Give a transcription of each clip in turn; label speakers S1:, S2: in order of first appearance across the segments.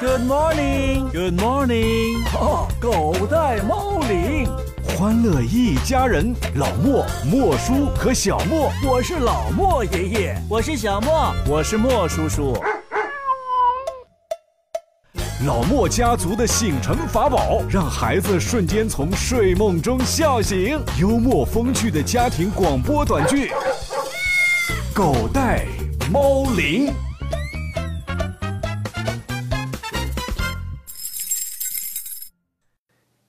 S1: Good morning, Good morning。
S2: 哦，狗带猫铃，
S1: 欢乐一家人，老莫、莫叔和小莫，
S2: 我是老莫爷爷。
S3: 我是小莫，
S1: 我是莫叔叔。老莫家族的醒神法宝，让孩子瞬间从睡梦中笑醒。幽默风趣的家庭广播短剧，《狗带猫铃》。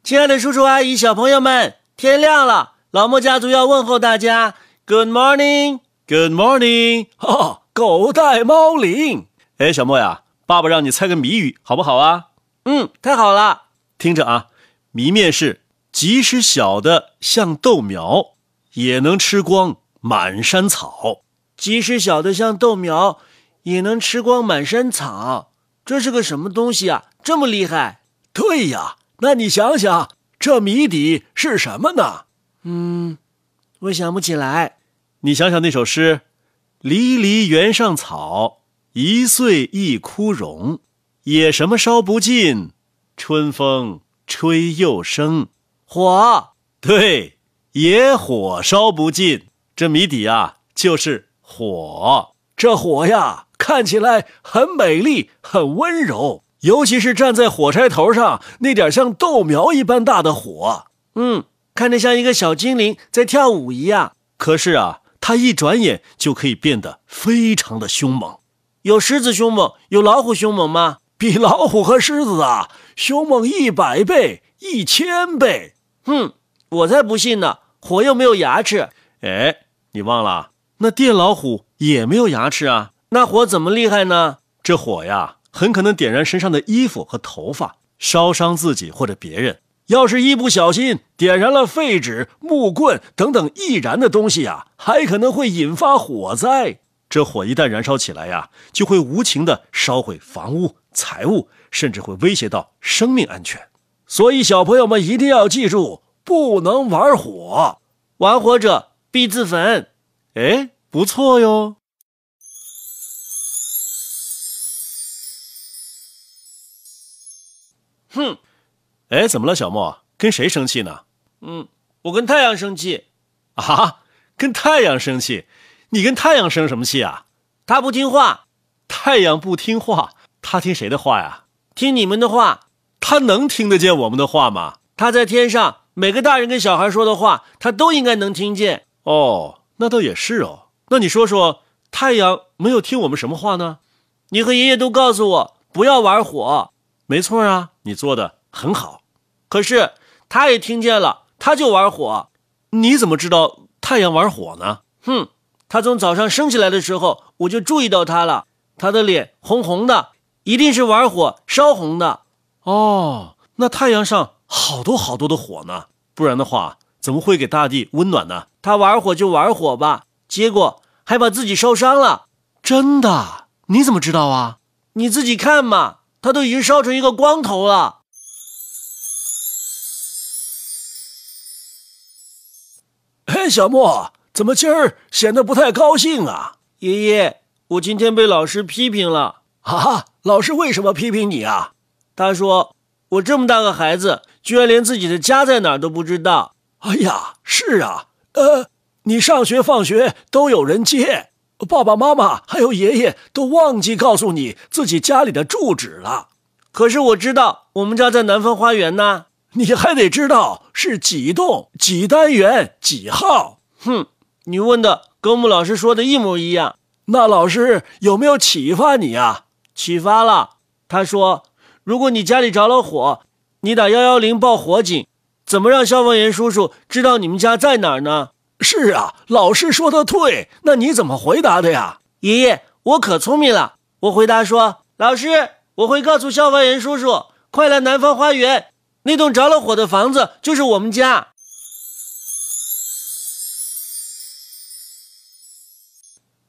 S3: 亲爱的叔叔阿姨、小朋友们，天亮了，老莫家族要问候大家，Good morning，Good morning。
S2: 哦，狗带猫铃，
S3: 哎，小莫呀，爸爸让你猜个谜语，好不好啊？嗯，太好了。听着啊，谜面是：即使小的像豆苗，也能吃光满山草。即使小的像豆苗，也能吃光满山草。这是个什么东西啊？这么厉害？
S2: 对呀，那你想想，这谜底是什么呢？
S3: 嗯我想不起来。你想想那首诗：“离离原上草，一岁一枯荣。野什么烧不尽，春风吹又生。”火，对，野火烧不尽。这谜底啊，就是火。
S2: 这火呀，看起来很美丽，很温柔，
S3: 尤其是站在火柴头上，
S2: 那点像豆苗一般大的火。
S3: 嗯，看着像一个小精灵在跳舞一样。可是啊，它一转眼就可以变得非常的凶猛。有狮子凶猛，有老虎凶猛吗？
S2: 比老虎和狮子啊凶猛一百倍、一千倍。
S3: 哼，我才不信呢！火又没有牙齿。哎，你忘了啊？那电老虎也没有牙齿啊。那火怎么厉害呢？这火呀，很可能点燃身上的衣服和头发，烧伤自己或者别人。
S2: 要是一不小心点燃了废纸、木棍等等易燃的东西啊，还可能会引发火灾。
S3: 这火一旦燃烧起来呀，就会无情地烧毁房屋、财物，甚至会威胁到生命安全。
S2: 所以小朋友们一定要记住，不能玩火。
S3: 玩火者必自焚。哎，不错哟。哼，哎，怎么了，小莫？跟谁生气呢？嗯，我跟太阳生气。啊，跟太阳生气？你跟太阳生什么气啊？他不听话。太阳不听话，他听谁的话呀？听你们的话。他能听得见我们的话吗？他在天上，每个大人跟小孩说的话，他都应该能听见。哦，那倒也是哦。那你说说，太阳没有听我们什么话呢？你和爷爷都告诉我不要玩火。没错啊，你做的很好。可是他也听见了，他就玩火。你怎么知道太阳玩火呢？哼，他从早上升起来的时候，我就注意到他了。他的脸红红的，一定是玩火烧红的。哦，那太阳上好多好多的火呢，不然的话怎么会给大地温暖呢？他玩火就玩火吧，结果还把自己烧伤了。真的？你怎么知道啊？你自己看嘛，他都已经烧成一个光头了。
S2: 哎，小莫，怎么今儿显得不太高兴啊？
S3: 爷爷，我今天被老师批评了。
S2: 啊，老师为什么批评你啊？
S3: 他说：“我这么大个孩子，居然连自己的家在哪儿都不知道。
S2: 哎呀，是啊，呃，你上学放学都有人接，爸爸妈妈还有爷爷都忘记告诉你自己家里的住址了，
S3: 可是我知道我们家在南方花园呢。
S2: 你还得知道是几栋、几单元、几号。
S3: 你问的跟我们老师说的一模一样，
S2: 那老师有没有启发你啊？
S3: 启发了。他说，如果你家里着了火，你打幺幺零报火警，怎么让消防员叔叔知道你们家在哪儿呢？
S2: 是啊，老师说的对，那你怎么回答的呀？
S3: 爷爷，我可聪明了。我回答说：“老师，我会告诉消防员叔叔，快来南方花园，那栋着了火的房子就是我们家。”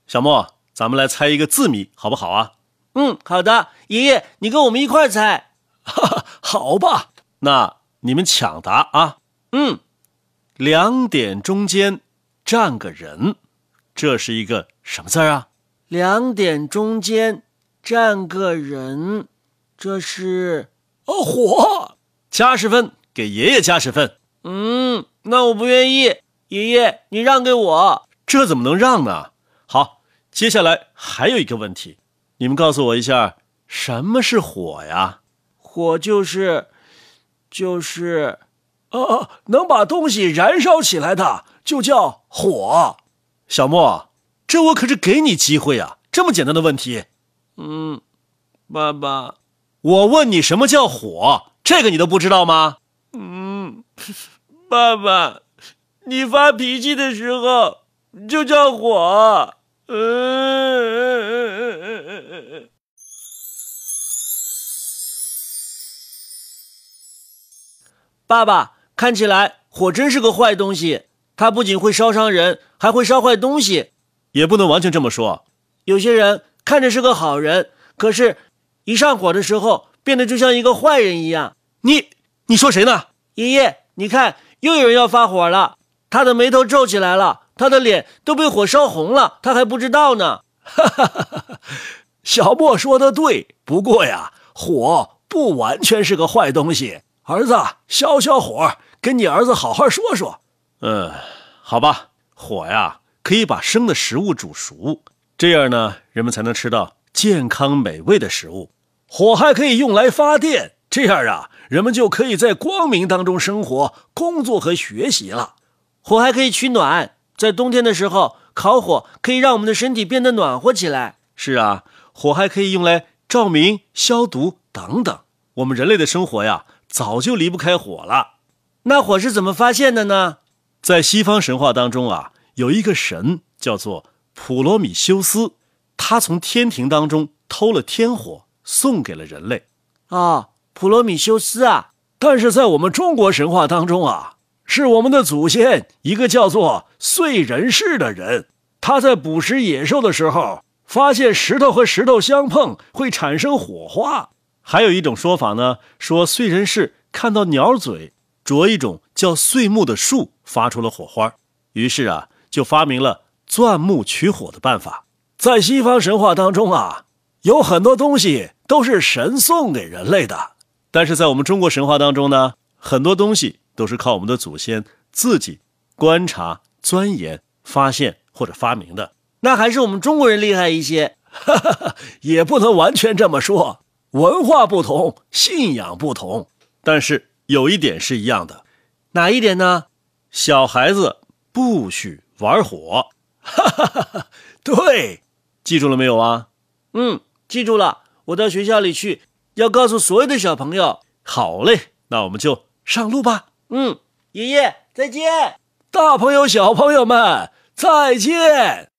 S3: 小莫，咱们来猜一个字谜，好不好啊？嗯，好的。爷爷，你跟我们一块儿猜。
S2: 好吧，
S3: 那你们抢答啊。嗯，两点中间站个人，这是一个什么字儿啊？两点中间站个人，这是
S2: 哦，火！
S3: 加十分，给爷爷加十分。嗯，那我不愿意，爷爷你让给我，这怎么能让呢？好，接下来还有一个问题，你们告诉我一下，什么是火呀？火就是，就是，哦
S2: 呃，能把东西燃烧起来的就叫火。
S3: 小莫，这我可是给你机会啊！这么简单的问题，嗯，爸爸，我问你什么叫火，这个你都不知道吗？嗯， 爸爸，你发脾气的时候就叫火。嗯，爸爸，看起来火真是个坏东西，它不仅会烧伤人，还会烧坏东西。也不能完全这么说，有些人看着是个好人，可是，一上火的时候变得就像一个坏人一样。你你说谁呢？爷爷，你看，又有人要发火了，他的眉头皱起来了，他的脸都被火烧红了，他还不知道呢。
S2: 小莫说的对，不过呀，火不完全是个坏东西。儿子，消消火，跟你儿子好好说说。
S3: 嗯，好吧，火呀，可以把生的食物煮熟，这样呢，人们才能吃到健康美味的食物。
S2: 火还可以用来发电，这样啊，人们就可以在光明当中生活、工作和学习了。
S3: 火还可以取暖，在冬天的时候，烤火可以让我们的身体变得暖和起来。是啊，火还可以用来照明、消毒等等。我们人类的生活呀，早就离不开火了。那火是怎么发现的呢？在西方神话当中啊，有一个神叫做普罗米修斯，他从天庭当中偷了天火，送给了人类。啊、普罗米修斯啊，
S2: 但是在我们中国神话当中啊，是我们的祖先一个叫做燧人氏的人，他在捕食野兽的时候，发现石头和石头相碰会产生火花。
S3: 还有一种说法呢，说燧人氏看到鸟嘴啄一种叫燧木的树，发出了火花，于是啊，就发明了钻木取火的办法。
S2: 在西方神话当中啊，有很多东西都是神送给人类的。
S3: 但是在我们中国神话当中呢，很多东西都是靠我们的祖先自己观察、钻研、发现或者发明的。那还是我们中国人厉害一些。
S2: 也不能完全这么说，文化不同，信仰不同。
S3: 但是有一点是一样的，哪一点呢？小孩子不许玩火，
S2: 对，
S3: 记住了没有啊？嗯，记住了。我到学校里去，要告诉所有的小朋友。好嘞，那我们就上路吧。嗯，爷爷再见。
S2: 大朋友、小朋友们，再见。